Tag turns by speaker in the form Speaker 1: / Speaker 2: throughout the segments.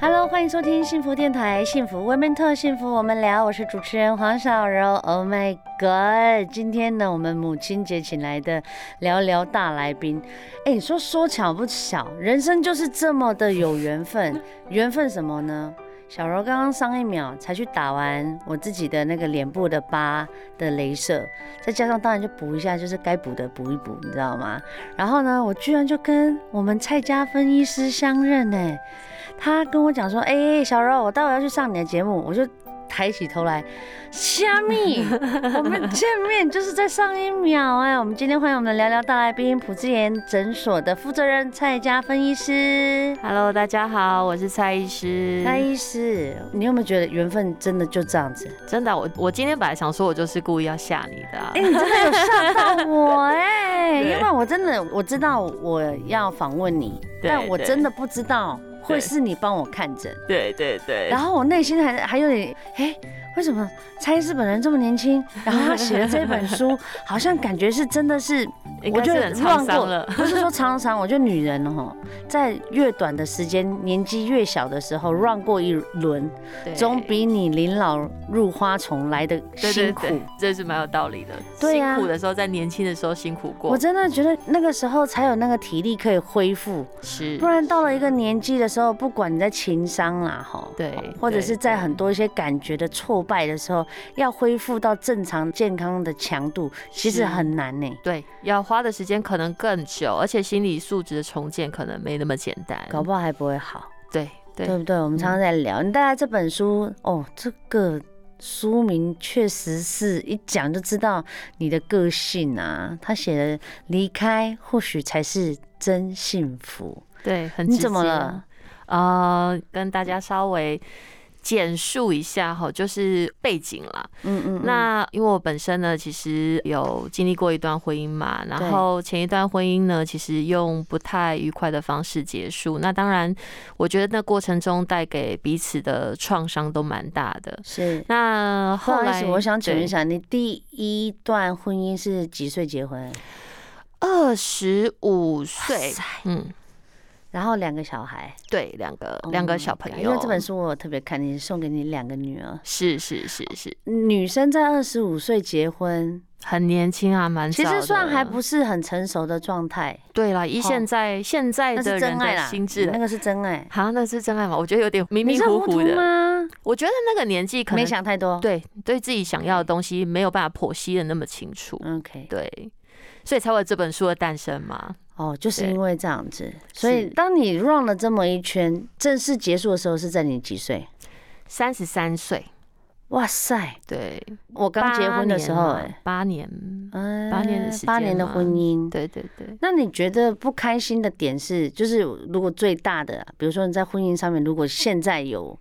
Speaker 1: Hello，欢迎收听幸福电台《幸福 Women Talk》，幸福我们聊，我是主持人黄小柔。Oh my god！今天呢，我们母亲节请来的聊聊大来宾。哎，你说说巧不巧，人生就是这么的有缘分。缘分什么呢？小柔刚刚上一秒才去打完我自己的那个脸部的疤的镭射，再加上当然就补一下，就是该补的补一补，你知道吗？然后呢，我居然就跟我们蔡家芬医师相认呢、他跟我讲说：“哎、小柔，我待会要去上你的节目。”我就抬起头来，虾米，我们见面就是在上一秒哎、我们今天欢迎我们的聊聊大来宾普智妍诊所的负责人蔡家芬医师。
Speaker 2: Hello，大家好，我是蔡医师。
Speaker 1: 蔡医师，你有没有觉得缘分真的就这样 子？
Speaker 2: 真的啊、我我今天本来想说，我就是故意要吓你的、啊
Speaker 1: 哎、。你真的有吓到我哎、
Speaker 2: 对
Speaker 1: 要不然我真的我知道我要访问你，
Speaker 2: 对
Speaker 1: 但我
Speaker 2: 对
Speaker 1: 真的不知道会
Speaker 2: 对
Speaker 1: 是你帮我看诊。
Speaker 2: 对对对
Speaker 1: 然，后我内心还还有点，哎、为什么蔡医师本人这么年轻？然后他写的这本 书，好像感觉是真的是，
Speaker 2: 应
Speaker 1: 我
Speaker 2: 该
Speaker 1: 觉
Speaker 2: 是
Speaker 1: 得
Speaker 2: 很沧
Speaker 1: 乱过。
Speaker 2: 桑了
Speaker 1: 不是说常常，我觉得女人哦，在越短的时间、年纪越小的时候让过一轮，
Speaker 2: 对
Speaker 1: 总比你临老入花丛来的
Speaker 2: 对
Speaker 1: 辛
Speaker 2: 对
Speaker 1: 苦。
Speaker 2: 对，这是蛮有道理的。
Speaker 1: 对啊
Speaker 2: 辛苦的时候，在年轻的时候辛苦
Speaker 1: 我
Speaker 2: 过，
Speaker 1: 真的觉得那个时候才有那个体力可以恢复，
Speaker 2: 是
Speaker 1: 不然到了一个年纪的时候，不管你在情商啦，哈，
Speaker 2: 对
Speaker 1: 或者
Speaker 2: 对
Speaker 1: 是在
Speaker 2: 对
Speaker 1: 很多一些感觉的挫败的时候，要恢复到正常健康的强度，其实
Speaker 2: 是
Speaker 1: 很难呢、
Speaker 2: 对，要花的时间可能更久，而且心理素质的重建可能没那么简单。
Speaker 1: 搞不好还不会好，
Speaker 2: 对对嗯
Speaker 1: 对不对？我们常常在聊，你带来这本书哦，这个书名确实是一讲就知道你的个性啊。他写的离开或许才是真幸福，
Speaker 2: 对，很
Speaker 1: 你
Speaker 2: 直
Speaker 1: 怎么
Speaker 2: 接啊
Speaker 1: 了？
Speaker 2: 呃，跟大家稍微简述一下哈，就是背景啦。
Speaker 1: 嗯嗯，嗯
Speaker 2: 那因为我本身呢，其实有经历过一段婚姻嘛，
Speaker 1: 对
Speaker 2: 然后前一段婚姻呢，其实用不太愉快的方式结束。那当然，我觉得那过程中带给彼此的创伤都蛮大的。
Speaker 1: 是。
Speaker 2: 那
Speaker 1: 不
Speaker 2: 后
Speaker 1: 好意
Speaker 2: 来，
Speaker 1: 思，我想请问一
Speaker 2: 对，
Speaker 1: 下，你第一段婚姻是几岁结婚？
Speaker 2: 二十五岁
Speaker 1: 哇，塞
Speaker 2: 嗯，
Speaker 1: 然后两个小孩，
Speaker 2: 对，两个两
Speaker 1: Oh
Speaker 2: 个
Speaker 1: my
Speaker 2: 小
Speaker 1: God，
Speaker 2: 朋
Speaker 1: 因
Speaker 2: 友，
Speaker 1: 为这本书我有特别看，你送给你两个女儿，
Speaker 2: 是是是是，
Speaker 1: 女生在二十五岁结婚，
Speaker 2: 很年轻啊，蛮
Speaker 1: 其
Speaker 2: 早
Speaker 1: 实
Speaker 2: 的
Speaker 1: 算还不是很成熟的状态，
Speaker 2: 对啦，以
Speaker 1: 哦
Speaker 2: 现在现在
Speaker 1: 那
Speaker 2: 的
Speaker 1: 是真
Speaker 2: 人
Speaker 1: 爱
Speaker 2: 的
Speaker 1: 啦
Speaker 2: 心，智
Speaker 1: 那。个是真爱。
Speaker 2: 好，那是真爱吗？我觉得有点迷
Speaker 1: 你
Speaker 2: 迷
Speaker 1: 是
Speaker 2: 糊
Speaker 1: 糊涂
Speaker 2: 糊的。
Speaker 1: 吗？
Speaker 2: 我觉得那个年纪可
Speaker 1: 没
Speaker 2: 能
Speaker 1: 想太多。
Speaker 2: 对对自己想要的东西没有办法剖析的那么清楚，
Speaker 1: ，OK，
Speaker 2: 对，所以才会有这本书的诞生嘛。
Speaker 1: 哦，就是
Speaker 2: 对
Speaker 1: 因为这样子，所以
Speaker 2: 是
Speaker 1: 当你 run 了这么一圈，正式结束的时候是在你几岁？
Speaker 2: 三十三岁，
Speaker 1: 哇塞，
Speaker 2: 对，
Speaker 1: 我刚结婚的时候、
Speaker 2: 八年
Speaker 1: 哎
Speaker 2: 嘛，八
Speaker 1: 嗯
Speaker 2: 年，八年的时间
Speaker 1: 八年的
Speaker 2: 嘛
Speaker 1: 婚姻，
Speaker 2: 对对对，
Speaker 1: 那你觉得不开心的点是，就是如果最大的，啊比如说你在婚姻上面，如果现在有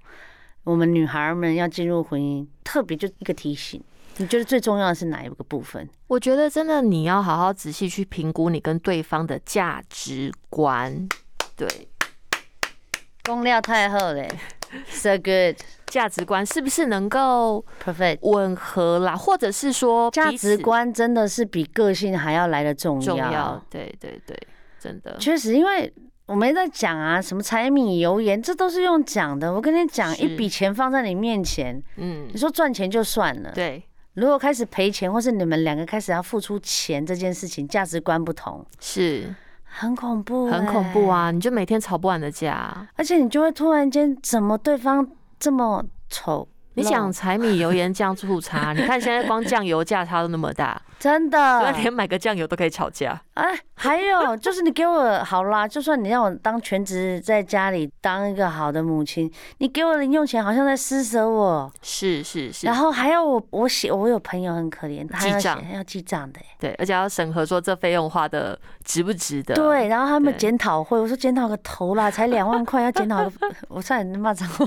Speaker 1: 我们女孩们要进入婚姻，特别就一个提醒，你觉得最重要的是哪一个部分？
Speaker 2: 我觉得真的你要好好仔细去评估你跟对方的价值观，对，
Speaker 1: 功料太厚嘞，so good
Speaker 2: 价值观是不是能够
Speaker 1: perfect，
Speaker 2: 吻合啦，或者是说
Speaker 1: 价
Speaker 2: 彼
Speaker 1: 值
Speaker 2: 此
Speaker 1: 观真的是比个性还要来的重要。
Speaker 2: 重要，对对对，真的。
Speaker 1: 确实，因为我们在讲啊，什么柴米油盐，这都是用讲的。我跟你讲，一
Speaker 2: 是
Speaker 1: 笔钱放在你面前，
Speaker 2: 嗯
Speaker 1: 你，说赚钱就算了，
Speaker 2: 对，
Speaker 1: 如果开始赔钱，或是你们两个开始要付出钱这件事情，价值观不同，
Speaker 2: 是
Speaker 1: 很恐怖、欸
Speaker 2: 很恐怖！啊！你就每天吵不完的架，
Speaker 1: 而且你就会突然间，怎么对方这么丑？
Speaker 2: 你想柴米油盐酱 醋茶，你看现在光酱油价差都那么大，
Speaker 1: 真
Speaker 2: 所
Speaker 1: 的
Speaker 2: 以？连买个酱油都可以吵架。
Speaker 1: 哎，还有就是你给我好啦，就算你让我当全职在家里当一个好的母亲，你给我零用钱好像在施舍我，
Speaker 2: 是是是
Speaker 1: 然，后还要我我写，我有朋友很可怜，他要
Speaker 2: 记
Speaker 1: 写
Speaker 2: 账
Speaker 1: 要记账的、
Speaker 2: 对，而且要审核说这费用花的值不值得。
Speaker 1: 对，然后他们
Speaker 2: 对
Speaker 1: 检讨会，我说检讨个头 啦，才两万块，要检讨个， 我差点骂脏话，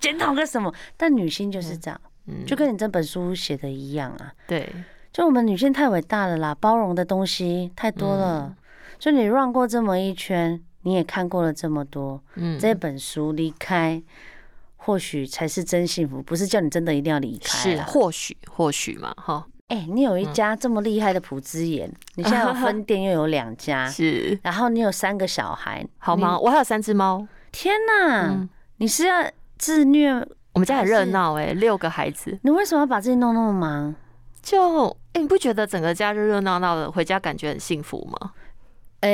Speaker 1: 检讨个什么？但女性就是这样，
Speaker 2: 嗯，
Speaker 1: 就跟你这本书写的一样啊，
Speaker 2: 对
Speaker 1: 就我们女
Speaker 2: 嗯
Speaker 1: 性太伟大了啦，包容的东西太多了，所以你绕过这么一圈，你也看过了这么多，
Speaker 2: 嗯，
Speaker 1: 这本书离开，或许才是真幸福，不是叫你真的一定要离开
Speaker 2: 是啊嗯
Speaker 1: 啦。
Speaker 2: 或许或许嘛，哈，
Speaker 1: 哎、你有一家这么厉害的朴资源，你现在有 分店又有两家，
Speaker 2: 是
Speaker 1: 然后你有三个小孩，
Speaker 2: 好吗？我还有三只猫，
Speaker 1: 天哪，
Speaker 2: 嗯
Speaker 1: 你是要自虐？
Speaker 2: 我们家很
Speaker 1: 还是
Speaker 2: 热闹哎，六个孩子，
Speaker 1: 你为什么要把自己弄那么忙？
Speaker 2: 就哎、你不觉得整个家热热闹闹的，回家感觉很幸福吗？
Speaker 1: 呃、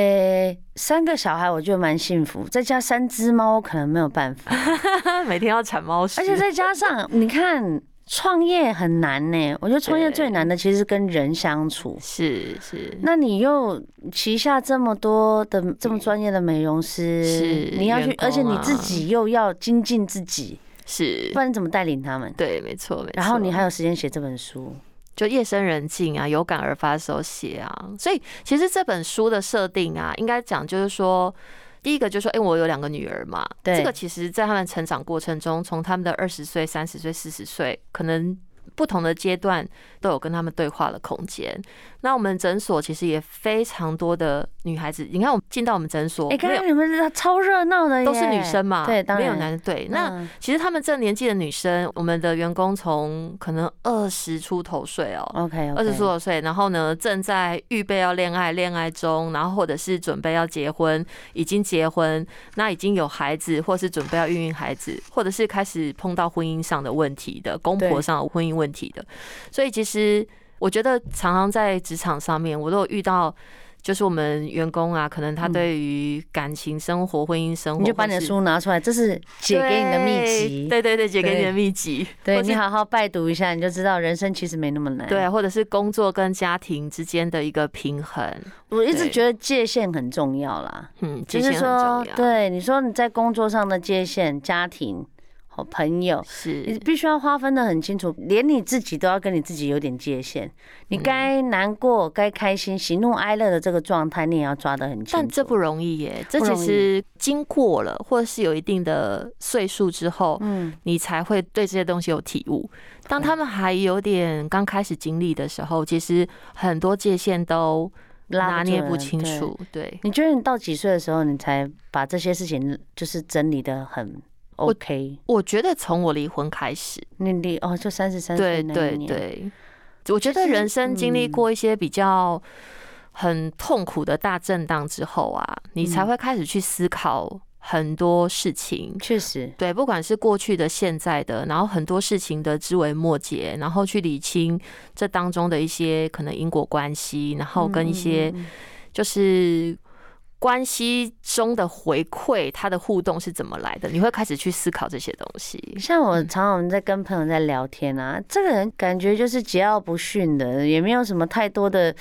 Speaker 1: 三个小孩我觉得蛮幸福，再加三只猫，我可能没有办 法。
Speaker 2: 每天要铲猫屎，
Speaker 1: 而且再加上你看，创业很难呢、我觉得创业
Speaker 2: 对
Speaker 1: 最难的其实是跟人相处。
Speaker 2: 是是
Speaker 1: 那你又旗下这么多的这么专业的美容师，
Speaker 2: 是
Speaker 1: 你要去
Speaker 2: 员，工啊
Speaker 1: 而且你自己又要精进自己，
Speaker 2: 是
Speaker 1: 不，然你怎么带领他们？
Speaker 2: 对，没错没错。
Speaker 1: 然后你还有时间写这本书，
Speaker 2: 就夜深人静啊，有感而发的时候写啊。所以其实这本书的设定啊，应该讲就是说。第一个就是说，哎、我有两个女儿嘛，
Speaker 1: 对
Speaker 2: 这个其实，在他们成长过程中，从他们的二十岁、三十岁、四十岁，可能不同的阶段都有跟他们对话的空间。那我们诊所其实也非常多的女孩子，你看我们进到我们诊所，
Speaker 1: 哎，刚
Speaker 2: 没有
Speaker 1: 刚你们是超热闹的耶，
Speaker 2: 都是女生嘛，
Speaker 1: 对，当
Speaker 2: 没有
Speaker 1: 然
Speaker 2: 男的。对，那
Speaker 1: 嗯
Speaker 2: 其实他们这年纪的女生，我们的员工从可能二十出头岁哦、
Speaker 1: OK，
Speaker 2: 二十出头岁，然后呢，正在预备要恋爱，恋爱中，然后或者是准备要结婚，已经结婚，那已经有孩子，或是准备要孕育孩子，或者是开始碰到婚姻上的问题的，公婆
Speaker 1: 对
Speaker 2: 上的婚姻问题的，所以其实我觉得常常在职场上面，我都有遇到。就是我们员工啊，可能他
Speaker 1: 嗯
Speaker 2: 对于感情生活、婚姻生活，
Speaker 1: 你就把你的
Speaker 2: 或是
Speaker 1: 书拿出来，这是姐给你的秘籍。
Speaker 2: 对对对，姐给你
Speaker 1: 对
Speaker 2: 的秘籍，
Speaker 1: 对
Speaker 2: 或是
Speaker 1: 你好好拜读一下，你就知道人生其实没那么难。
Speaker 2: 对，啊或者是工作跟家庭之间的一个平衡，
Speaker 1: 我一直
Speaker 2: 对
Speaker 1: 觉得界限很重要啦，
Speaker 2: 嗯，
Speaker 1: 就是
Speaker 2: 界限很
Speaker 1: 说
Speaker 2: 重，要，
Speaker 1: 对你说你在工作上的界限、家庭、好朋友，你
Speaker 2: 是
Speaker 1: 必须要划分的很清楚，连你自己都要跟你自己有点界限。你
Speaker 2: 嗯
Speaker 1: 该难过、该开心、喜怒哀乐的这个状态，你也要抓得很
Speaker 2: 但
Speaker 1: 清
Speaker 2: 这
Speaker 1: 楚。
Speaker 2: 不容易耶，这
Speaker 1: 不
Speaker 2: 其
Speaker 1: 容易
Speaker 2: 实经过了，或者是有一定的岁数之后，
Speaker 1: 嗯，
Speaker 2: 你才会对这些东西有体悟。当他们还有点刚开始经历的时候，其实很多界限都
Speaker 1: 拉
Speaker 2: 拿
Speaker 1: 住
Speaker 2: 捏
Speaker 1: 了
Speaker 2: 不清。
Speaker 1: 对
Speaker 2: 楚。对，
Speaker 1: 你觉得你到几岁的时候，你才把这些事情就是整理的很 OK？
Speaker 2: 我觉得从我离婚开始，
Speaker 1: 你你哦，就三十三岁
Speaker 2: 对
Speaker 1: 那一
Speaker 2: 对
Speaker 1: 年，
Speaker 2: 对，我觉
Speaker 1: 就
Speaker 2: 得
Speaker 1: 是
Speaker 2: 人生经历
Speaker 1: 嗯
Speaker 2: 过一些比较很痛苦的大震荡之后啊，你才
Speaker 1: 嗯
Speaker 2: 会开始去思考很多事情。
Speaker 1: 确实，
Speaker 2: 对，不管是过去的、现在的，然后很多事情的枝微末节，然后去理清这当中的一些可能因果关系，然后跟一些
Speaker 1: 嗯嗯嗯
Speaker 2: 就是关系中的回馈，它的互动是怎么来的，你会开始去思考这些东西。
Speaker 1: 嗯像我常常在跟朋友在聊天啊，这个人感觉就是桀骜不驯的，也没有什么太多的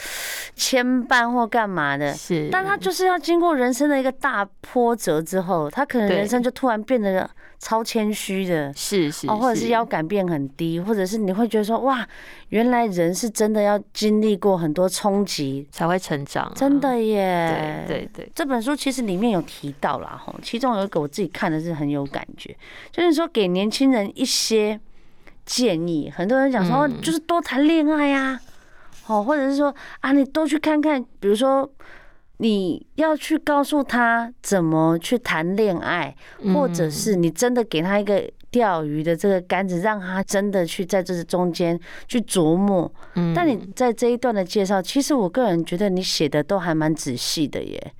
Speaker 1: 牵绊或干嘛的。
Speaker 2: 是，
Speaker 1: 但他就是要经过人生的一个大波折之后，他可能
Speaker 2: 对
Speaker 1: 人生就突然变得超谦虚的，
Speaker 2: 是是
Speaker 1: 哦，或者是腰杆变很低，或者是你会觉得说，哇，原来人是真的要经历过很多冲击，
Speaker 2: 才会成长啊、
Speaker 1: 真的欸
Speaker 2: 对
Speaker 1: 耶。
Speaker 2: 对对，
Speaker 1: 这本书其实里面有提到啦，吼，其中有一个我自己看的是很有感觉，就是说给年轻人一些建议。很多人讲说，
Speaker 2: 嗯
Speaker 1: 哦就是多谈恋爱呀、哦，或者是说啊，你多去看看，比如说你要去告诉他怎么去谈恋爱，或者是你真的给他一个。钓鱼的这个杆子，让他真的去在这中间去琢磨。
Speaker 2: 嗯，
Speaker 1: 但你
Speaker 2: 嗯
Speaker 1: 在这一段的介绍，其实我个人觉得你写的都还蛮仔细的耶。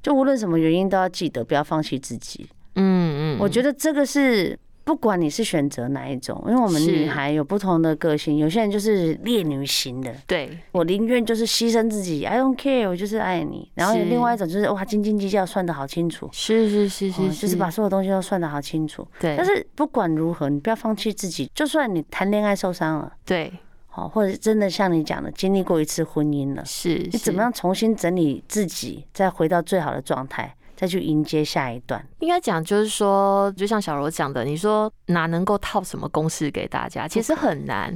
Speaker 1: 就无论什么原因，都要记得不要放弃自己。
Speaker 2: 嗯嗯，
Speaker 1: 我觉得这个是不管你是选择哪一种，因为我们
Speaker 2: 是
Speaker 1: 女孩有不同的个性，有些人就是烈女型的，
Speaker 2: 对
Speaker 1: 我宁愿就是牺牲自己，I don't care，我就是爱你。然后有
Speaker 2: 是
Speaker 1: 另外一种就是哇斤斤计较，算的好清楚，
Speaker 2: 是是是
Speaker 1: 哦
Speaker 2: 是，
Speaker 1: 就是把所有东西都算的好清楚。
Speaker 2: 对，
Speaker 1: 但是不管如何，你不要放弃自己，就算你谈恋爱受伤了。
Speaker 2: 对
Speaker 1: 好，或者真的像你讲的，经历过一次婚姻了，
Speaker 2: 是
Speaker 1: 你怎么？
Speaker 2: 是
Speaker 1: 样重新整理自己，再回到最好的状态，再去迎接下一段？
Speaker 2: 应该讲就是说，就像小柔讲的，你说哪能够套什么公式给大家？
Speaker 1: 嗯
Speaker 2: 其实很难。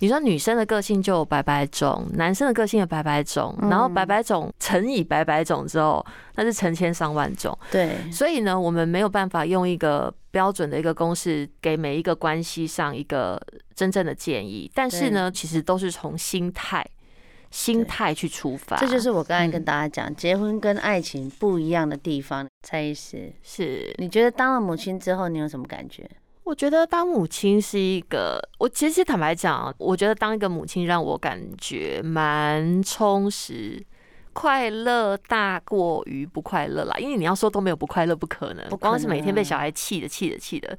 Speaker 2: 你说女生的个性就有百百种，男生的个性有百百种，然
Speaker 1: 嗯
Speaker 2: 后百百种乘以百百种之后，那是成千上万种。
Speaker 1: 对，
Speaker 2: 所以呢，我们没有办法用一个标准的一个公式给每一个关系上一个真正的建议，但是呢，其实都是从心态。心态去出发。
Speaker 1: 这就是我
Speaker 2: 嗯
Speaker 1: 刚才跟大家讲，结婚跟爱情不一样的地方。蔡医师，
Speaker 2: 是
Speaker 1: 你觉得当了母亲之后，你有什么感觉？
Speaker 2: 我觉得当母亲是一个，我其实坦白讲，啊我觉得当一个母亲让我感觉蛮充实，快乐大过于不快乐啦。因为你要说都没有不快乐，不可能，
Speaker 1: 不可能
Speaker 2: 光是每天被小孩气的、气的、气的，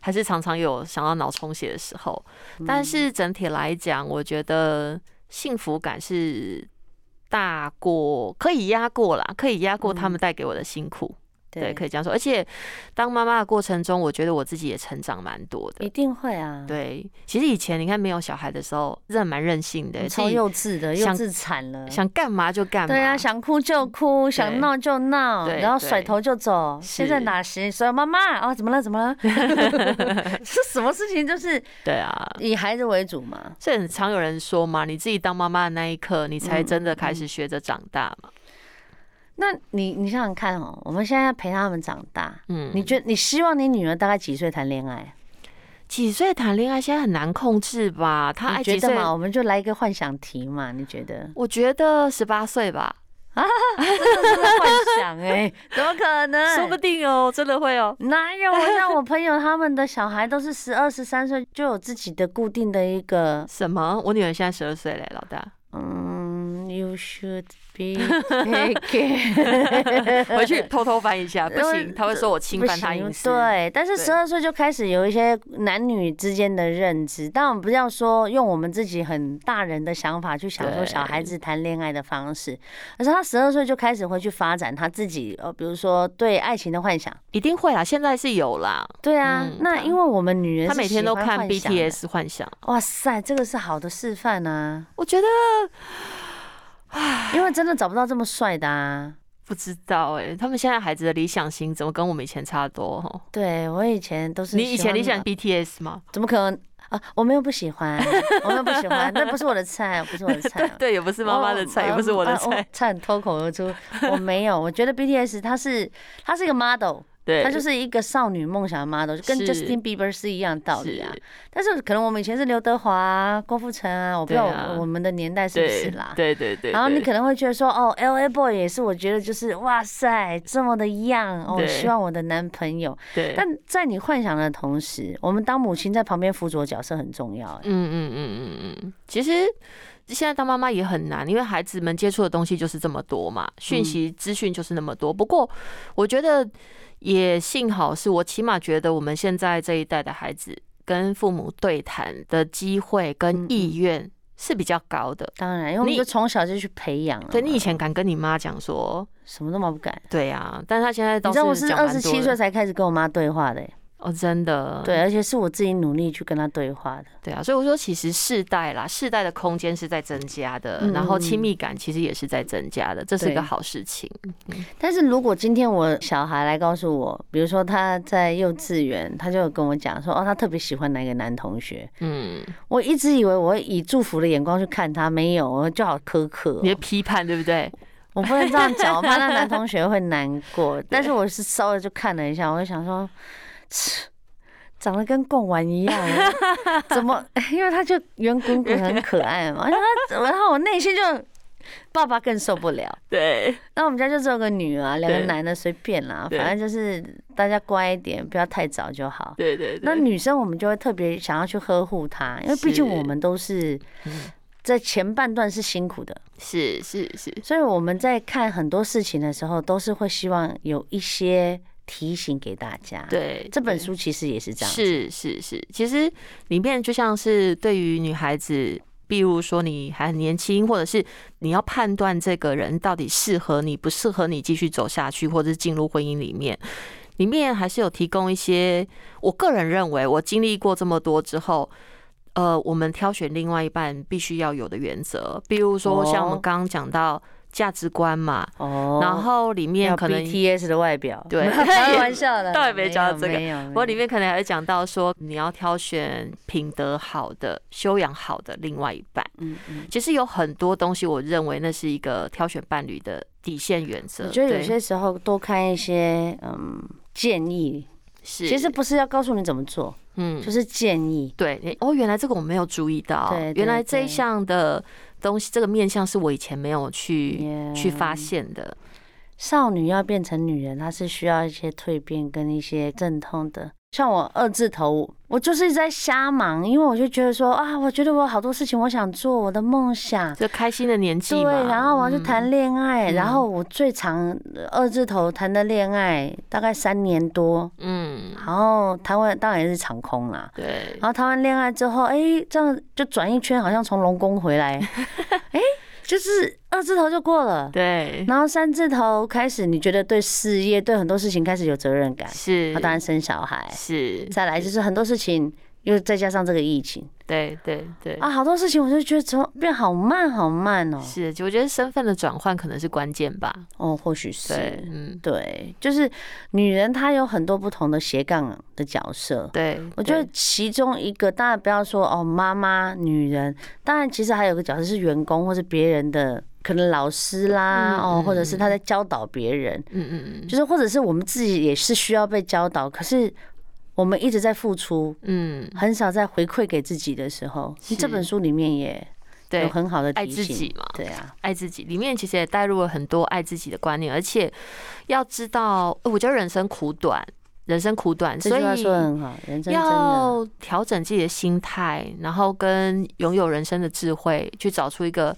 Speaker 2: 还是常常有想要脑充血的时候。但
Speaker 1: 嗯
Speaker 2: 是整体来讲，我觉得幸福感是大过，可以压过啦，可以压过
Speaker 1: 嗯
Speaker 2: 他们带给我的辛苦。对，可以这样说。而且当妈妈的过程中，我觉得我自己也成长蛮多的。
Speaker 1: 一定会啊。，
Speaker 2: 对，其实以前你看没有小孩的时候，真的蛮任性的，欸
Speaker 1: 超
Speaker 2: 自己
Speaker 1: 幼稚的，幼
Speaker 2: 想
Speaker 1: 稚惨了。
Speaker 2: 想干嘛就干嘛。
Speaker 1: 对啊，想哭就哭，想闹就闹，
Speaker 2: 对
Speaker 1: 然后
Speaker 2: 对
Speaker 1: 甩头就走。现在
Speaker 2: 是
Speaker 1: 哪时说妈妈哦，怎么了？怎么了？ 是什么事情？就是
Speaker 2: 对啊。
Speaker 1: 以孩子为主嘛。
Speaker 2: 所以很常有人说嘛，你自己当妈妈的那一刻，你才
Speaker 1: 嗯
Speaker 2: 真的开始学着长大嘛。
Speaker 1: 那你你想想看哦，我们现在要陪他们长大，
Speaker 2: 嗯，
Speaker 1: 你觉得你希望你女儿大概几岁谈恋爱？
Speaker 2: 几岁谈恋爱现在很难控制吧？他爱
Speaker 1: 你觉
Speaker 2: 几
Speaker 1: 得
Speaker 2: 岁？
Speaker 1: 嘛？我们就来一个幻想题嘛？你觉得
Speaker 2: 我觉得十八岁吧，
Speaker 1: 真的幻想哎、 怎么可能？
Speaker 2: 欸说不定哦，真的会哦。
Speaker 1: 哪有？我像我朋友他们的小孩都是十二、十三岁就有自己的固定的一 个，
Speaker 2: 什么？我女儿现在十二岁嘞，老 大，
Speaker 1: 嗯，You should be taken
Speaker 2: 回去偷偷翻一下，不
Speaker 1: 因为
Speaker 2: 行，他会说我侵
Speaker 1: 不
Speaker 2: 犯他
Speaker 1: 行
Speaker 2: 隐私。
Speaker 1: 对，但是
Speaker 2: 对
Speaker 1: 十二岁就开始有一些男女之间的认知，但我们不要说用我们自己很大人的想法去想说
Speaker 2: 对
Speaker 1: 小孩子谈恋爱的方式，而是他十二岁就开始会去发展他自己，呃，比如说对爱情的幻想。
Speaker 2: 一定会啦，现在是有啦。
Speaker 1: 对啊，
Speaker 2: 嗯
Speaker 1: 那
Speaker 2: 他
Speaker 1: 因为我们女人
Speaker 2: 他
Speaker 1: 是
Speaker 2: 每
Speaker 1: 喜
Speaker 2: 天都
Speaker 1: 欢
Speaker 2: 看
Speaker 1: 幻想的
Speaker 2: BTS 幻想，
Speaker 1: 哇塞，这个是好的示范啊，
Speaker 2: 我觉得
Speaker 1: 因为真的找不到这么帅的啊。
Speaker 2: 不知道哎、他们现在孩子的理想型怎么跟我们以前差多哦？
Speaker 1: 对我以前都是
Speaker 2: 你以
Speaker 1: 喜
Speaker 2: 前
Speaker 1: 欢
Speaker 2: 理想
Speaker 1: 那
Speaker 2: BTS 吗？
Speaker 1: 怎么可能啊？我没有不喜欢，我没有不喜欢，那不是我的菜，不是我的菜。
Speaker 2: 对，也不是妈妈的菜，也不是我的
Speaker 1: 啊
Speaker 2: 菜。
Speaker 1: 差点脱口而出，我没有。我觉得 BTS 它是它是一个 model，
Speaker 2: 对，
Speaker 1: 它哦就是一个少女梦想的 model，就跟
Speaker 2: 是
Speaker 1: Justin Bieber 是一样的道理啊
Speaker 2: 是。
Speaker 1: 但是可能我们以前是刘德华、啊、郭富城啊，我不知道
Speaker 2: 对啊
Speaker 1: 我我们的年代是不是
Speaker 2: 对
Speaker 1: 啦。
Speaker 2: 对对对。
Speaker 1: 然后你
Speaker 2: 对
Speaker 1: 可能会觉得说，哦，L A Boy 也是，我觉得就是哇塞，这么的样，哦，我
Speaker 2: 对
Speaker 1: 希望我的男朋友。
Speaker 2: 对，
Speaker 1: 但在你幻想的同时，我们当母亲在旁边辅佐角色很重要。哎
Speaker 2: 嗯嗯嗯嗯嗯，其实。现在当妈妈也很难，因为孩子们接触的东西就是这么多嘛，
Speaker 1: 嗯
Speaker 2: 讯息资讯就是那么多。不过，我觉得也幸好是我起码觉得我们现在这一代的孩子跟父母对谈的机会
Speaker 1: 嗯嗯
Speaker 2: 跟意愿是比较高的。
Speaker 1: 当然，因为我们
Speaker 2: 你
Speaker 1: 就从小就去培养了嘛。
Speaker 2: 对你以前敢跟你妈讲说，
Speaker 1: 什么都忙不敢。
Speaker 2: 对啊，但是她现在
Speaker 1: 你
Speaker 2: 倒
Speaker 1: 知道我是
Speaker 2: 讲
Speaker 1: 二
Speaker 2: 蛮
Speaker 1: 十
Speaker 2: 多
Speaker 1: 七
Speaker 2: 的
Speaker 1: 岁才开始跟我妈对话的、欸，
Speaker 2: 哦，真的，
Speaker 1: 对，而且是我自己努力去跟她对话的。
Speaker 2: 对啊，所以我说其实世代啦，世代的空间是在增加的，
Speaker 1: 嗯
Speaker 2: 然后亲密感其实也是在增加的，这是一
Speaker 1: 对
Speaker 2: 个好事情。
Speaker 1: 但是如果今天我小孩来告诉我，比如说他在幼稚园，他就有跟我讲说，哦，他特别喜欢哪个男同学，
Speaker 2: 嗯，
Speaker 1: 我一直以为我会以祝福的眼光去看他，没有，我就好苛刻哦、
Speaker 2: 你的批判对不对？
Speaker 1: 我不能这样讲，我怕那男同学会难过。但是我是稍微就看了一下，我就想说，切长得跟贡丸一样，啊怎么？ 因为他就圆滚滚很可爱嘛，然后然后我内心就。爸爸更受不了。
Speaker 2: 对，
Speaker 1: 那我们家就只有个女儿啊，两个
Speaker 2: 对
Speaker 1: 男的随便啦，
Speaker 2: 对
Speaker 1: 反正就是大家乖一点，不要太早就好。
Speaker 2: 对对对。
Speaker 1: 那女生我们就会特别想要去呵护她，因为毕竟我们都是
Speaker 2: 嗯
Speaker 1: 在前半段是辛苦的，
Speaker 2: 是是是，
Speaker 1: 所以我们在看很多事情的时候，都是会希望有一些提醒给大家。，
Speaker 2: 对
Speaker 1: 这本
Speaker 2: 对
Speaker 1: 书其实也是这样子。
Speaker 2: 是是是，其实里面就像是对于女孩子。比如说你还很年轻，或者是你要判断这个人到底适合你不适合你继续走下去，或者是进入婚姻里面，里面还是有提供一些。我个人认为，我经历过这么多之后，呃，我们挑选另外一半必须要有的原则，比如说像
Speaker 1: 哦
Speaker 2: 我们刚刚讲到价值观嘛，
Speaker 1: 哦
Speaker 2: 然后里面
Speaker 1: 要
Speaker 2: 可能
Speaker 1: BTS 的外表，
Speaker 2: 对
Speaker 1: 开玩笑的，
Speaker 2: 倒也没讲到这个
Speaker 1: 没有。没有
Speaker 2: 我里面可能还会讲到说，你要挑选品德好的、修养好的另外一半。
Speaker 1: 嗯嗯，
Speaker 2: 其实有很多东西，我认为那是一个挑选伴侣的底线原则。
Speaker 1: 我觉得有
Speaker 2: 对
Speaker 1: 些时候多看一些嗯建议，
Speaker 2: 是，
Speaker 1: 其实不是要告诉你怎么做，
Speaker 2: 嗯
Speaker 1: 就，是建议。
Speaker 2: 对，你哦，原来这个我没有注意到
Speaker 1: 对，对
Speaker 2: 原来这一项的东西，这个面向是我以前没有去
Speaker 1: Yeah
Speaker 2: 去发现的。
Speaker 1: 少女要变成女人，她是需要一些蜕变跟一些阵痛的。像我二字头，我就是一直在瞎忙，因为我就觉得说啊，我觉得我有好多事情我想做，我的梦想。
Speaker 2: 就开心的年纪
Speaker 1: 对，
Speaker 2: 嘛，
Speaker 1: 然后我就谈恋爱，
Speaker 2: 嗯
Speaker 1: 然后我最长呃二字头谈的恋爱大概三年多，
Speaker 2: 嗯，嗯，
Speaker 1: 然后谈完当然也是场空啦。
Speaker 2: 对，
Speaker 1: 然后谈完恋爱之后，哎、这样就转一圈，好像从龙宫回来， 哎、就是二字头就过了。
Speaker 2: 对，
Speaker 1: 然后三字头开始，你觉得对事业、对很多事情开始有责任感，
Speaker 2: 是
Speaker 1: 那，当然生小孩，
Speaker 2: 是，
Speaker 1: 再来就是很多事情，又再加上这个疫情
Speaker 2: 对对对，
Speaker 1: 啊，好多事情我就觉得从变好慢好慢哦、
Speaker 2: 是，就我觉得身份的转换可能是关键吧。
Speaker 1: 哦，或许是
Speaker 2: 对，嗯，
Speaker 1: 对，就是女人她有很多不同的斜杠的角色。
Speaker 2: 对，
Speaker 1: 我觉得
Speaker 2: 对
Speaker 1: 其中一个，当然不要说哦，妈妈、女人，当然其实还有个角色是员工或是别人的，可能老师啦，
Speaker 2: 嗯
Speaker 1: 哦，或者是
Speaker 2: 嗯
Speaker 1: 她在教导别人，
Speaker 2: 嗯嗯嗯，
Speaker 1: 就是或者是我们自己也是需要被教导，可是我们一直在付出，
Speaker 2: 嗯，
Speaker 1: 很少在回馈给自己的时候，
Speaker 2: 是
Speaker 1: 这本书里面也有
Speaker 2: 对，
Speaker 1: 很好的
Speaker 2: 爱
Speaker 1: 提
Speaker 2: 自己
Speaker 1: 醒。
Speaker 2: 嘛，
Speaker 1: 对啊，
Speaker 2: 爱自己里面其实也带入了很多爱自己的观念，而且要知道，呃我觉得人生苦短，人生苦短，
Speaker 1: 这
Speaker 2: 所
Speaker 1: 句
Speaker 2: 以
Speaker 1: 话说的很好，人生真的
Speaker 2: 要调整自己的心态，然后跟拥有人生的智慧，去找出一个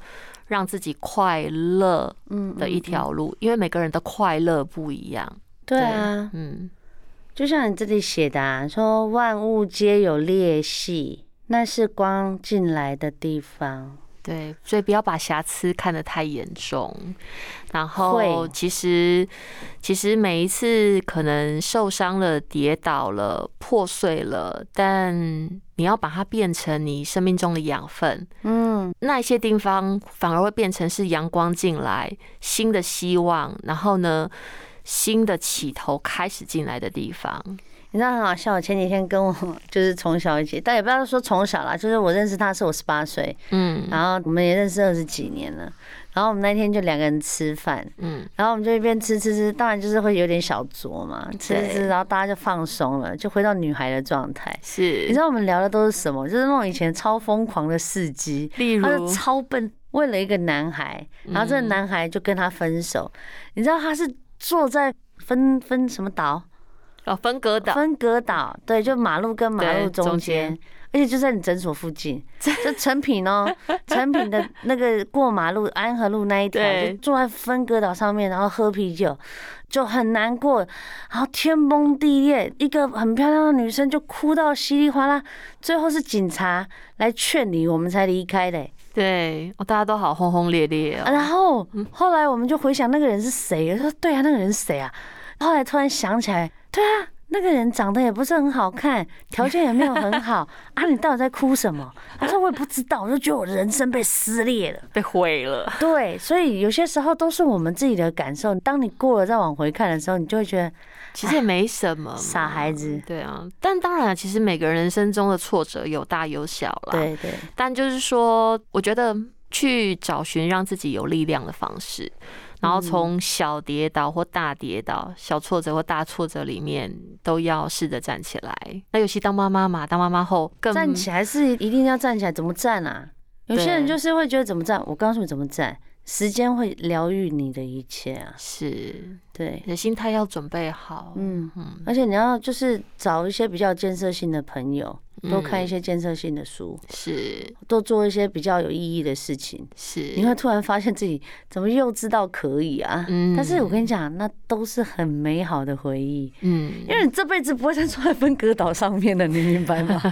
Speaker 2: 让自己快乐
Speaker 1: 嗯
Speaker 2: 的一，条路，因为每个人的快乐不一样。
Speaker 1: 嗯对啊，
Speaker 2: 嗯，
Speaker 1: 就像你这里写的、啊，说万物皆有裂隙，那是光进来的地方。
Speaker 2: 对，所以不要把瑕疵看得太严重。然后
Speaker 1: 会
Speaker 2: 其实其实每一次可能受伤了、跌倒了、破碎了，但你要把它变成你生命中的养分。
Speaker 1: 嗯，
Speaker 2: 那一些地方反而会变成是阳光进来、新的希望，然后呢，新的起头开始进来的地方。
Speaker 1: 你知道很好笑，我前几天跟我 就是从小一起，但也不要说从小啦，就是我认识他是我十八岁，
Speaker 2: 嗯
Speaker 1: 然后我们也认识二十几年了。然后我们那天就两个人吃饭，
Speaker 2: 嗯，
Speaker 1: 然后我们就一边吃吃吃，当然就是会有点小酌嘛，吃吃吃，
Speaker 2: 对
Speaker 1: 然后大家就放松了，就回到女孩的状态。你
Speaker 2: 是
Speaker 1: 知，道我们聊的都是什么？就是那种以前超疯狂的事迹，
Speaker 2: 例
Speaker 1: 他就
Speaker 2: 如，嗯
Speaker 1: 超笨，为了一个男孩，然后这个男孩就跟他分手。你知道他是坐在分分什么岛？
Speaker 2: 哦，分隔岛，
Speaker 1: 分隔岛，对，就马路跟马路
Speaker 2: 对
Speaker 1: 中
Speaker 2: 中
Speaker 1: 间
Speaker 2: 间，
Speaker 1: 而且就在你诊所附 近，就成品哦，成品的那个过马路安和路那一条，
Speaker 2: 对
Speaker 1: 就坐在分隔岛上面，然后喝啤酒，就很难过，然后天崩地裂，一个很漂亮的女生就哭到稀里哗啦，最后是警察来劝你，我们才离开的欸、
Speaker 2: 对，哦，大家都好轰轰烈烈
Speaker 1: 啊
Speaker 2: 哦，
Speaker 1: 然后后来我们就回想那个人是谁，说对啊，那个人是谁啊？后来突然想起来，对啊，那个人长得也不是很好看，条件也没有很好 啊，你到底在哭什么？他说我也不知道，我就觉得我的人生被撕裂了。
Speaker 2: 被毁了，
Speaker 1: 对，所以有些时候都是我们自己的感受，当你过了再往回看的时候，你就会觉得
Speaker 2: 其实也没什么嘛，
Speaker 1: 傻孩子。
Speaker 2: 对啊，但当然，其实每个人人生中的挫折有大有小啦。，
Speaker 1: 对对，
Speaker 2: 但就是说，我觉得去找寻让自己有力量的方式，然后
Speaker 1: 嗯
Speaker 2: 从小跌倒或大跌倒、小挫折或大挫折里面，都要试着站起来。那尤其当妈妈嘛，当妈妈后更
Speaker 1: 站起来是一定要站起来，怎么站啊？有些人
Speaker 2: 对
Speaker 1: 就是会觉得怎么站，我告诉你怎么站，时间会疗愈你的一切啊。
Speaker 2: 是
Speaker 1: 对
Speaker 2: 你，的心态要准备好。
Speaker 1: 嗯
Speaker 2: 嗯，
Speaker 1: 而且你要就是找一些比较有建设性的朋友，
Speaker 2: 嗯
Speaker 1: 多看一
Speaker 2: 些，
Speaker 1: 些建设性的书，
Speaker 2: 是
Speaker 1: 多做一些比较有意义的事情，
Speaker 2: 是，
Speaker 1: 你会突然发现自己怎么又知道可以啊。
Speaker 2: 嗯
Speaker 1: 但是我跟你讲，那都是很美好的回忆，
Speaker 2: 嗯
Speaker 1: 因为你这辈子不会再坐在分隔岛上面的，你明白 吗？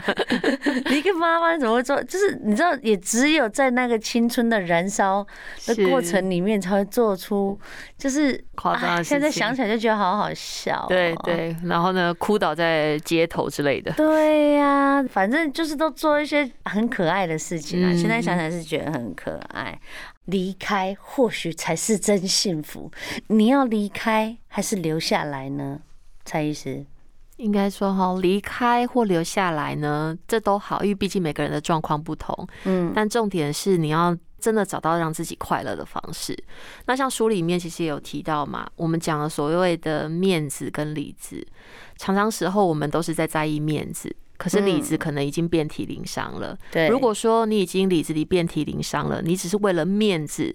Speaker 1: 你一个妈妈怎么会做？就是你知道，也只有在那个青春的燃烧的
Speaker 2: 是
Speaker 1: 过程里面，才会做出就是
Speaker 2: 夸张啊
Speaker 1: 哎
Speaker 2: 的事
Speaker 1: 现
Speaker 2: 情。
Speaker 1: 在想起来就觉得好好笑、哦。
Speaker 2: 对对，然后呢，哭倒在街头之类的。
Speaker 1: 对呀、反正就是都做一些很可爱的事情啊。
Speaker 2: 嗯
Speaker 1: 现在想起来是觉得很可爱。离开或许才是真幸福。你要离开还是留下来呢？蔡医师，
Speaker 2: 应该说哈，离开或留下来呢，这都好，因为毕竟每个人的状况不同。
Speaker 1: 嗯，
Speaker 2: 但重点是你要真的找到让自己快乐的方式。那像书里面其实也有提到嘛，我们讲了所谓的面子跟里子，常常时候我们都是在在意面子，可是李
Speaker 1: 嗯
Speaker 2: 子可能已经遍体鳞伤了。
Speaker 1: 对，
Speaker 2: 如果说你已经理子里遍体鳞伤了，你只是为了面子，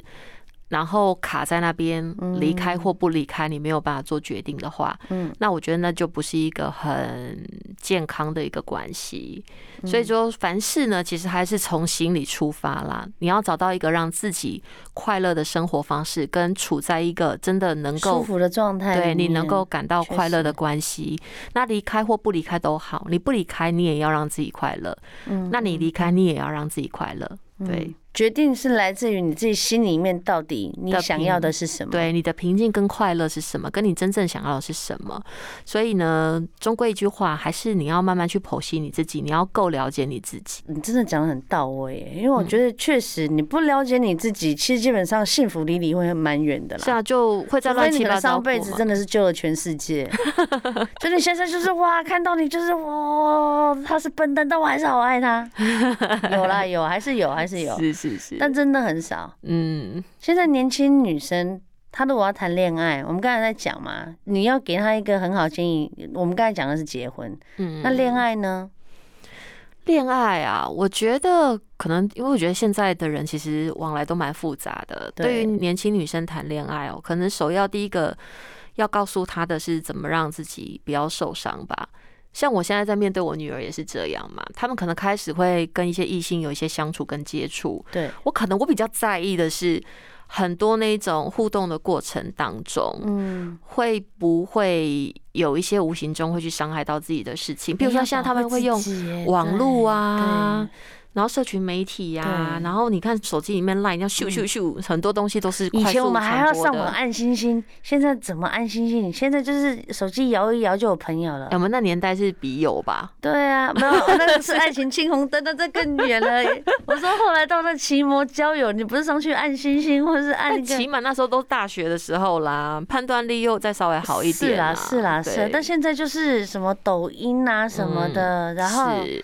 Speaker 2: 然后卡在那边离开或不离开，你没有办法做决定的话，
Speaker 1: 嗯，
Speaker 2: 那我觉得那就不是一个很健康的一个关系。
Speaker 1: 嗯
Speaker 2: 所以说，凡事呢，其实还是从心里出发啦。你要找到一个让自己快乐的生活方式，跟处在一个真的能
Speaker 1: 舒
Speaker 2: 够
Speaker 1: 服的状态里
Speaker 2: 对
Speaker 1: 面，
Speaker 2: 你能够感到
Speaker 1: 确
Speaker 2: 快乐的
Speaker 1: 实
Speaker 2: 关系，那离开或不离开都好，你不离开你也要让自己快乐，
Speaker 1: 嗯
Speaker 2: 那你离开你也要让自己快乐，对
Speaker 1: 嗯决定是来自于你自己心里面到底你
Speaker 2: 的
Speaker 1: 想
Speaker 2: 平
Speaker 1: 要的是什么。
Speaker 2: 对，你的平静跟快乐是什么，跟你真正想要的是什么，所以呢，终归一句话，还是你要慢慢去剖析你自己，你要够了解你自己，
Speaker 1: 你真的讲的很到位耶，因为我觉得确实你不了解你自己，其实基本上幸福离你会蛮远的啦。
Speaker 2: 是啊，就会在
Speaker 1: 除非
Speaker 2: 乱
Speaker 1: 你
Speaker 2: 七
Speaker 1: 可能
Speaker 2: 八糟
Speaker 1: 上
Speaker 2: 过
Speaker 1: 辈子
Speaker 2: 嘛
Speaker 1: 真的是救了全世界， 就你现在就是哇，看到你就是哇，他是笨蛋，但我还是好爱 他。有啦，有还是有，还是有，
Speaker 2: 是是是，
Speaker 1: 但真的很少。
Speaker 2: 嗯，
Speaker 1: 现在年轻女生，她如果要谈恋爱，我们刚才在讲嘛，你要给她一个很好建议。我们刚才讲的是结婚，
Speaker 2: 嗯
Speaker 1: 那恋爱呢？
Speaker 2: 恋爱啊，我觉得可能因为我觉得现在的人其实往来都蛮复杂的。
Speaker 1: 对
Speaker 2: 对于年轻女生谈恋爱哦，可能首要第一个要告诉她的是怎么让自己不要受伤吧。像我现在在面对我女儿也是这样嘛，他们可能开始会跟一些异性有一些相处跟接触。
Speaker 1: 对，
Speaker 2: 我可能我比较在意的是很多那种互动的过程当中，
Speaker 1: 嗯，
Speaker 2: 会不会有一些无形中会去伤害到自己的事情？比如
Speaker 1: 哎
Speaker 2: 说现在他们会用网络啊，然后社群媒体呀、
Speaker 1: 对嗯
Speaker 2: 然后你看手机里面 line 要咻咻咻，很多东西都是
Speaker 1: 以
Speaker 2: 快
Speaker 1: 前我
Speaker 2: 速
Speaker 1: 们还要啊
Speaker 2: 传播
Speaker 1: 上网
Speaker 2: 的。
Speaker 1: 按星星，现在怎么按星星？现在就是手机摇一摇就有朋友了
Speaker 2: 哎。我们那年代是笔友吧？
Speaker 1: 对啊，没有，那个是爱情青红灯，那这更远了。我说后来到那奇摩交友，你不是上去按星星，或者是按
Speaker 2: 但
Speaker 1: 一个
Speaker 2: 起码那时候都大学的时候啦，判断力又再稍微好一点、
Speaker 1: 是啦，
Speaker 2: 啊。
Speaker 1: 是啦，是啦。
Speaker 2: 对嗯
Speaker 1: 但现在就是什么抖音啊什么的，然后
Speaker 2: 是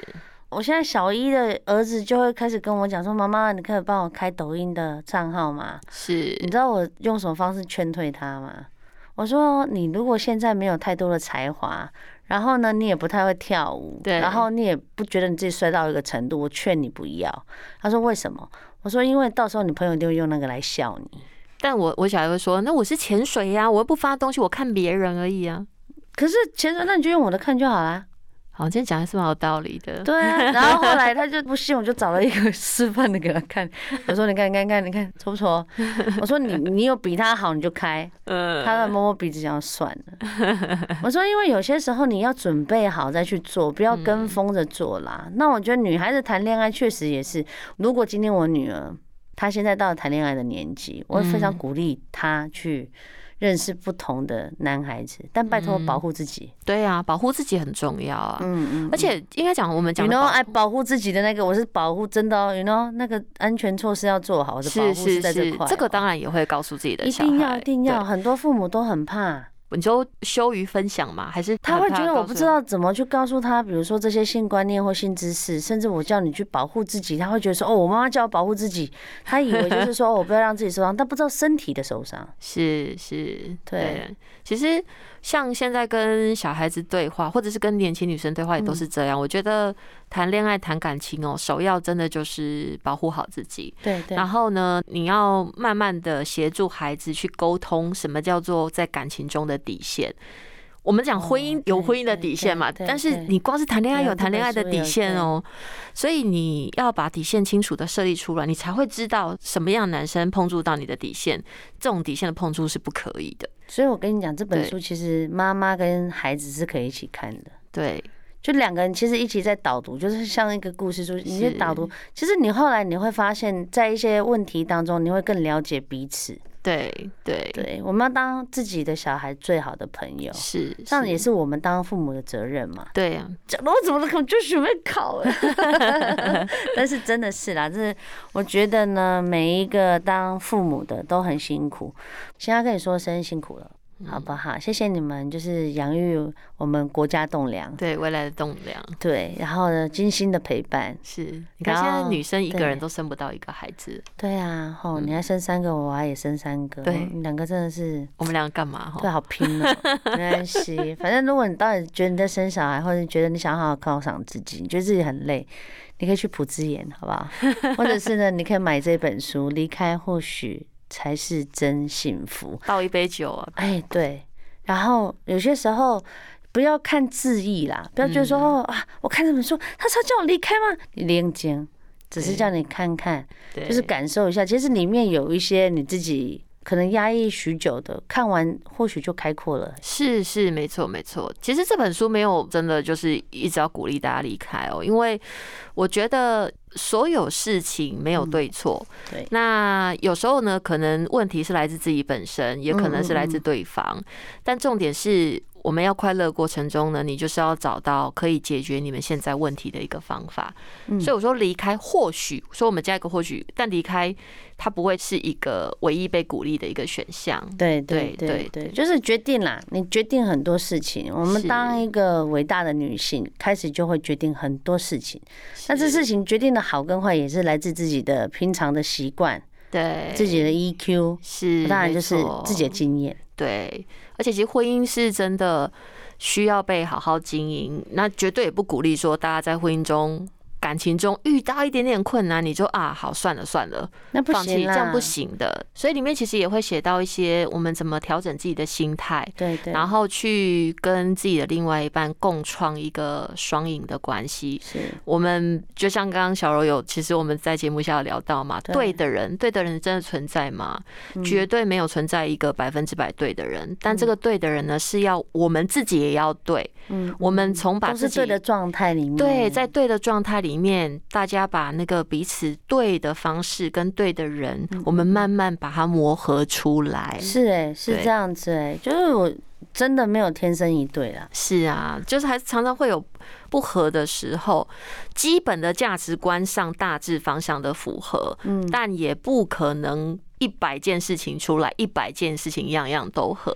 Speaker 1: 我现在小一的儿子就会开始跟我讲说：“妈妈，你可以帮我开抖音的账号吗？”你
Speaker 2: 是，
Speaker 1: 知道我用什么方式劝退他吗？我说：“你如果现在没有太多的才华，然后呢，你也不太会跳舞，
Speaker 2: 对
Speaker 1: 然后你也不觉得你自己帅到一个程度，我劝你不要。”他说：“为什么？”我说：“因为到时候你朋友就会用那个来笑你。”
Speaker 2: 但我我小孩会说，那我是潜水呀、我又不发东西，我看别人而已啊。
Speaker 1: 可是前说，那你就用我的看就好啦。
Speaker 2: 好，今天讲的是蛮有道理的。
Speaker 1: 对啊，然后后来他就不信，我就找了一个示范的给他看。我说：“你看，你看，你看，你看，丑不丑？”我说你：“你有比他好，你就开。”
Speaker 2: 嗯
Speaker 1: 他在摸摸鼻子，想要算了。我说：“因为有些时候你要准备好再去做，不要跟风着做啦。那我觉得女孩子谈恋爱确实也是，如果今天我女儿她现在到了谈恋爱的年纪，我会非常
Speaker 2: 嗯
Speaker 1: 鼓励她去认识不同的男孩子，但拜托保护自己。
Speaker 2: 对啊，保护自己很重要啊。
Speaker 1: 嗯嗯。
Speaker 2: 而且应该讲，我们讲
Speaker 1: you
Speaker 2: 的
Speaker 1: know，
Speaker 2: 保
Speaker 1: 哎，保护自己的那个，我是保护真的哦，you know，那个安全措施要做好，我的保护
Speaker 2: 是是
Speaker 1: 在这
Speaker 2: 是
Speaker 1: 块哦，，
Speaker 2: 这个当然也会告诉自己的
Speaker 1: 一
Speaker 2: 小
Speaker 1: 定要
Speaker 2: 孩
Speaker 1: 一定要，
Speaker 2: 对
Speaker 1: 很多父母都很怕，
Speaker 2: 你就羞于分享嘛，还是
Speaker 1: 他会觉得我
Speaker 2: 告诉
Speaker 1: 不知道怎么去告诉他，比如说这些性观念或性知识，甚至我叫你去保护自己，他会觉得说，哦，我妈妈叫我保护自己，他以为就是说，哦，我不要让自己受伤，但不知道身体的受伤，
Speaker 2: 是是，
Speaker 1: 对。
Speaker 2: 其实像现在跟小孩子对话，或者是跟年轻女生对话，也都
Speaker 1: 嗯
Speaker 2: 是这样。我觉得谈恋爱、谈感情哦，首要真的就是保护好自己。
Speaker 1: 对对
Speaker 2: 然后呢，你要慢慢的协助孩子去沟通，什么叫做在感情中的底线。我们讲婚姻
Speaker 1: 哦
Speaker 2: 有
Speaker 1: 对
Speaker 2: 婚姻的
Speaker 1: 对
Speaker 2: 底线嘛，
Speaker 1: 对对
Speaker 2: 但是
Speaker 1: 对
Speaker 2: 你光是谈恋爱
Speaker 1: 对啊
Speaker 2: 有谈恋爱的
Speaker 1: 这本书
Speaker 2: 底
Speaker 1: 有
Speaker 2: 线哦，所以你要把底线清楚的设立出来，你才会知道什么样的男生碰触到你的底线，这种底线的碰触是不可以的。
Speaker 1: 所以我跟你讲，这本
Speaker 2: 对
Speaker 1: 书其实妈妈跟孩子是可以一起看的。
Speaker 2: 对，
Speaker 1: 就两个人其实一起在导读，就是像一个故事书，你去
Speaker 2: 是
Speaker 1: 导读。其实你后来你会发现，在一些问题当中，你会更了解彼此。
Speaker 2: 对，对，哦
Speaker 1: 对，我们要当自己的小孩最好的朋友，
Speaker 2: 是，
Speaker 1: 这样也，是我们当父母的责任嘛。
Speaker 2: 对啊呀、
Speaker 1: 讲的我怎么可就是会考哎、 但是真的是啦，这我觉得呢，每一个当父母的都很辛苦。先要跟你说声辛苦了。好
Speaker 2: 嗯
Speaker 1: 不好？谢谢你们，就是养育我们国家栋梁，
Speaker 2: 对未来的栋梁
Speaker 1: 对，然后呢，精心的陪伴，
Speaker 2: 是。你看
Speaker 1: 然
Speaker 2: 现在
Speaker 1: 后
Speaker 2: 女生一个
Speaker 1: 对
Speaker 2: 人都生不到一个孩子，
Speaker 1: 对啊，吼，你还生三个，我还也生三个，
Speaker 2: 嗯对
Speaker 1: 你们两个真的是
Speaker 2: 我们两个干嘛
Speaker 1: 对，
Speaker 2: 哈？
Speaker 1: 好拼哦，没关系。反正如果你到底觉得你在生小孩，或者你觉得你想好好犒赏自己，你觉得自己很累，你可以去朴智妍，好不好？或者是呢，你可以买这本书，《离开或许才是真幸福》。
Speaker 2: 倒一杯酒啊，
Speaker 1: 哎，对。然后有些时候不要看字意啦，不要觉得
Speaker 2: 嗯
Speaker 1: 说、哦啊，我看这本书，他是要叫我离开吗？你连接，只是
Speaker 2: 对
Speaker 1: 叫你看看，
Speaker 2: 对，
Speaker 1: 就是感受一下。其实里面有一些你自己可能压抑许久的，看完或许就开阔了。
Speaker 2: 是是没错没错。其实这本书没有真的就是一直要鼓励大家离开哦，因为我觉得所有事情没有对错。
Speaker 1: 嗯对
Speaker 2: 那有时候呢，可能问题是来自自己本身，也可能是来
Speaker 1: 嗯
Speaker 2: 自对方，但重点是。我们要快乐的过程中呢，你就是要找到可以解决你们现在问题的一个方法。
Speaker 1: 嗯
Speaker 2: 所以我说离开，或许说我们加一个或许，但离开它不会是一个唯一被鼓励的一个选项。
Speaker 1: 对对
Speaker 2: 对
Speaker 1: 对
Speaker 2: 对
Speaker 1: 对，就是决定啦，你决定很多事情。我们
Speaker 2: 是
Speaker 1: 当一个伟大的女性，开始就会决定很多事情。那这事情决定的好跟坏，也是来自自己的平常的习惯、
Speaker 2: 对
Speaker 1: 自己的 EQ，
Speaker 2: 是，
Speaker 1: 当然
Speaker 2: 没
Speaker 1: 就是
Speaker 2: 错
Speaker 1: 自己的经验，
Speaker 2: 对，而且其实婚姻是真的需要被好好经营，那绝对也不鼓励说大家在婚姻中。感情中遇到一点点困难，你就啊，好算了算了，
Speaker 1: 那不
Speaker 2: 放弃
Speaker 1: 行
Speaker 2: 这
Speaker 1: 啦，
Speaker 2: 样不。行的。所以里面其实也会写到一些我们怎么调整自己的心态，
Speaker 1: 对对，
Speaker 2: 然后去跟自己的另外一半共创一个双赢的关系。
Speaker 1: 是
Speaker 2: 我们就像刚刚小柔有，其实我们在节目下有聊到嘛，
Speaker 1: 对嗯
Speaker 2: 对的人，对的人真的存在吗？绝对没有存在一个百分之百对的人，但这个对的人呢，是要我们自己也要对，
Speaker 1: 嗯，
Speaker 2: 我们从把
Speaker 1: 都
Speaker 2: 自
Speaker 1: 是
Speaker 2: 己
Speaker 1: 对的嗯状态里面，
Speaker 2: 对，在对的状态里面，大家把那个彼此对的方式跟对的人，我们慢慢把它磨合出来。
Speaker 1: 嗯是哎、是
Speaker 2: 对
Speaker 1: 这样子哎、就是我真的没有天生一对啦，
Speaker 2: 是啊，就是还是常常会有不合的时候，基本的价值观上大致方向的符合，
Speaker 1: 嗯，
Speaker 2: 但也不可能一百件事情出来，一百件事情样样都合。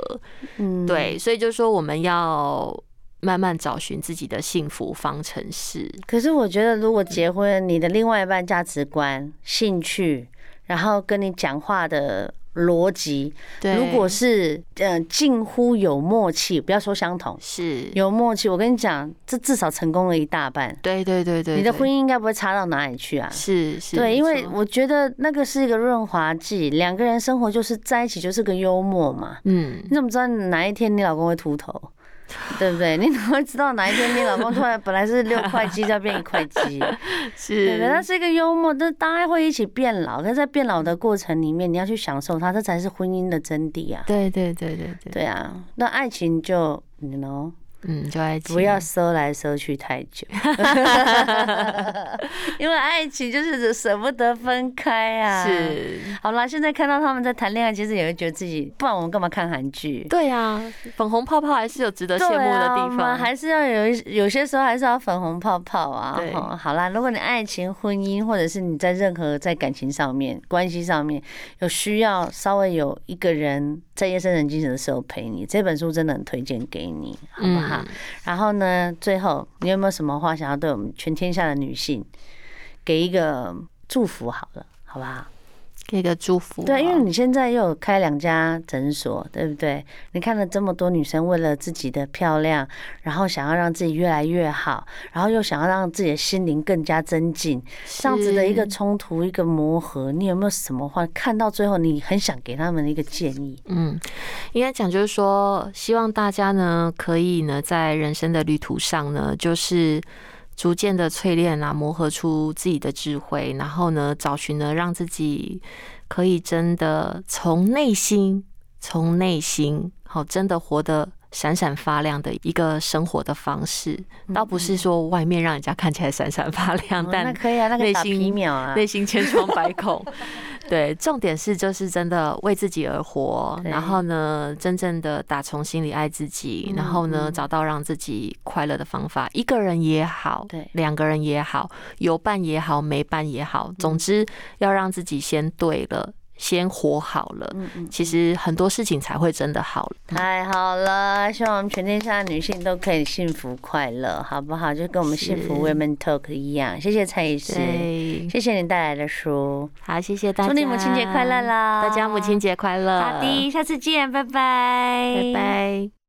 Speaker 1: 嗯，
Speaker 2: 对，所以就说我们要慢慢找寻自己的幸福方程式。
Speaker 1: 可是我觉得，如果结婚，你的另外一半价值观、兴趣，然后跟你讲话的逻辑，
Speaker 2: 对，
Speaker 1: 如果是呃近乎有默契，不要说相同，
Speaker 2: 是，
Speaker 1: 有默契，我跟你讲，这至少成功了一大半。
Speaker 2: 对对对对，
Speaker 1: 你的
Speaker 2: 对
Speaker 1: 婚姻应该不会差到哪里去啊。
Speaker 2: 是是，
Speaker 1: 对，
Speaker 2: 没
Speaker 1: 因为
Speaker 2: 错
Speaker 1: 我觉得那个是一个润滑剂，两个人生活就是在一起就是个幽默嘛。
Speaker 2: 嗯
Speaker 1: 你怎么知道哪一天你老公会秃头，对不对？你怎么会知道哪一天你老公突然本来是六块肌，要变一块 肌？对不对？它
Speaker 2: 是
Speaker 1: 是一个幽默，但大家会一起变老。但在变老的过程里面，你要去享受它，这才是婚姻的真谛啊！
Speaker 2: 对对对对对，
Speaker 1: 对啊，那爱情就你 you know
Speaker 2: 嗯，就爱情
Speaker 1: 不要收来收去太 久，因为爱情就是舍不得分开啊。。
Speaker 2: 是，
Speaker 1: 好啦，现在看到他们在谈恋爱，其实也会觉得自己，不然我们干嘛看韩剧？
Speaker 2: 对啊，粉红泡泡还是有值得羡慕的
Speaker 1: 啊，我
Speaker 2: 地
Speaker 1: 们
Speaker 2: 方，
Speaker 1: 还是要有一有些时候还是要粉红泡泡啊。
Speaker 2: 对
Speaker 1: 吼好啦，如果你爱情、婚姻，或者是你在任何在感情上面、关系上面有需要，稍微有一个人在夜深人静的时候陪你，这本书真的很推荐给你，好不好？
Speaker 2: 嗯
Speaker 1: 然后呢，最后你有没有什么话想要对我们全天下的女性给一个祝福？好了，好不好？
Speaker 2: 给个祝福啊。
Speaker 1: 对，因为你现在又有开两家诊所，对不对？你看了这么多女生为了自己的漂亮，然后想要让自己越来越好，然后又想要让自己的心灵更加增进，这样子的一个
Speaker 2: 是
Speaker 1: 冲突、一个磨合，你有没有什么话看到最后，你很想给他们的一个建议？
Speaker 2: 嗯，应该讲就是说，希望大家呢可以呢在人生的旅途上呢，就是逐渐的淬炼啊，磨合出自己的智慧，然后呢找寻呢让自己可以真的从内心，从内心好真的活得。闪闪发亮的一个生活的方式，倒不是说外面让人家看起来闪闪发亮，
Speaker 1: 嗯哦那
Speaker 2: 但
Speaker 1: 可以啊，那个
Speaker 2: 内
Speaker 1: 打
Speaker 2: 心
Speaker 1: 皮秒啊，
Speaker 2: 内心千疮百 孔。对，重点是就是真的为自己而活，
Speaker 1: 对
Speaker 2: 然后呢，真正的打从心里爱自己，然后呢，找到让自己快乐的方法，一个人也好，
Speaker 1: 对
Speaker 2: 两个嗯人也好，有伴也好，没伴也好，总之要让自己先对了。先活好了，
Speaker 1: 嗯嗯，
Speaker 2: 其实很多事情才会真的好了。
Speaker 1: 太好了，希望我们全天下的女性都可以幸福快乐，好不好？就跟我们幸福
Speaker 2: 是
Speaker 1: Women Talk 一样。谢谢蔡医师，
Speaker 2: 对，
Speaker 1: 谢谢你带来的书，
Speaker 2: 好，谢谢大家，
Speaker 1: 祝你母亲节快乐啦！
Speaker 2: 大家母亲节快乐，
Speaker 1: 好的，下次见，拜拜，
Speaker 2: 拜拜。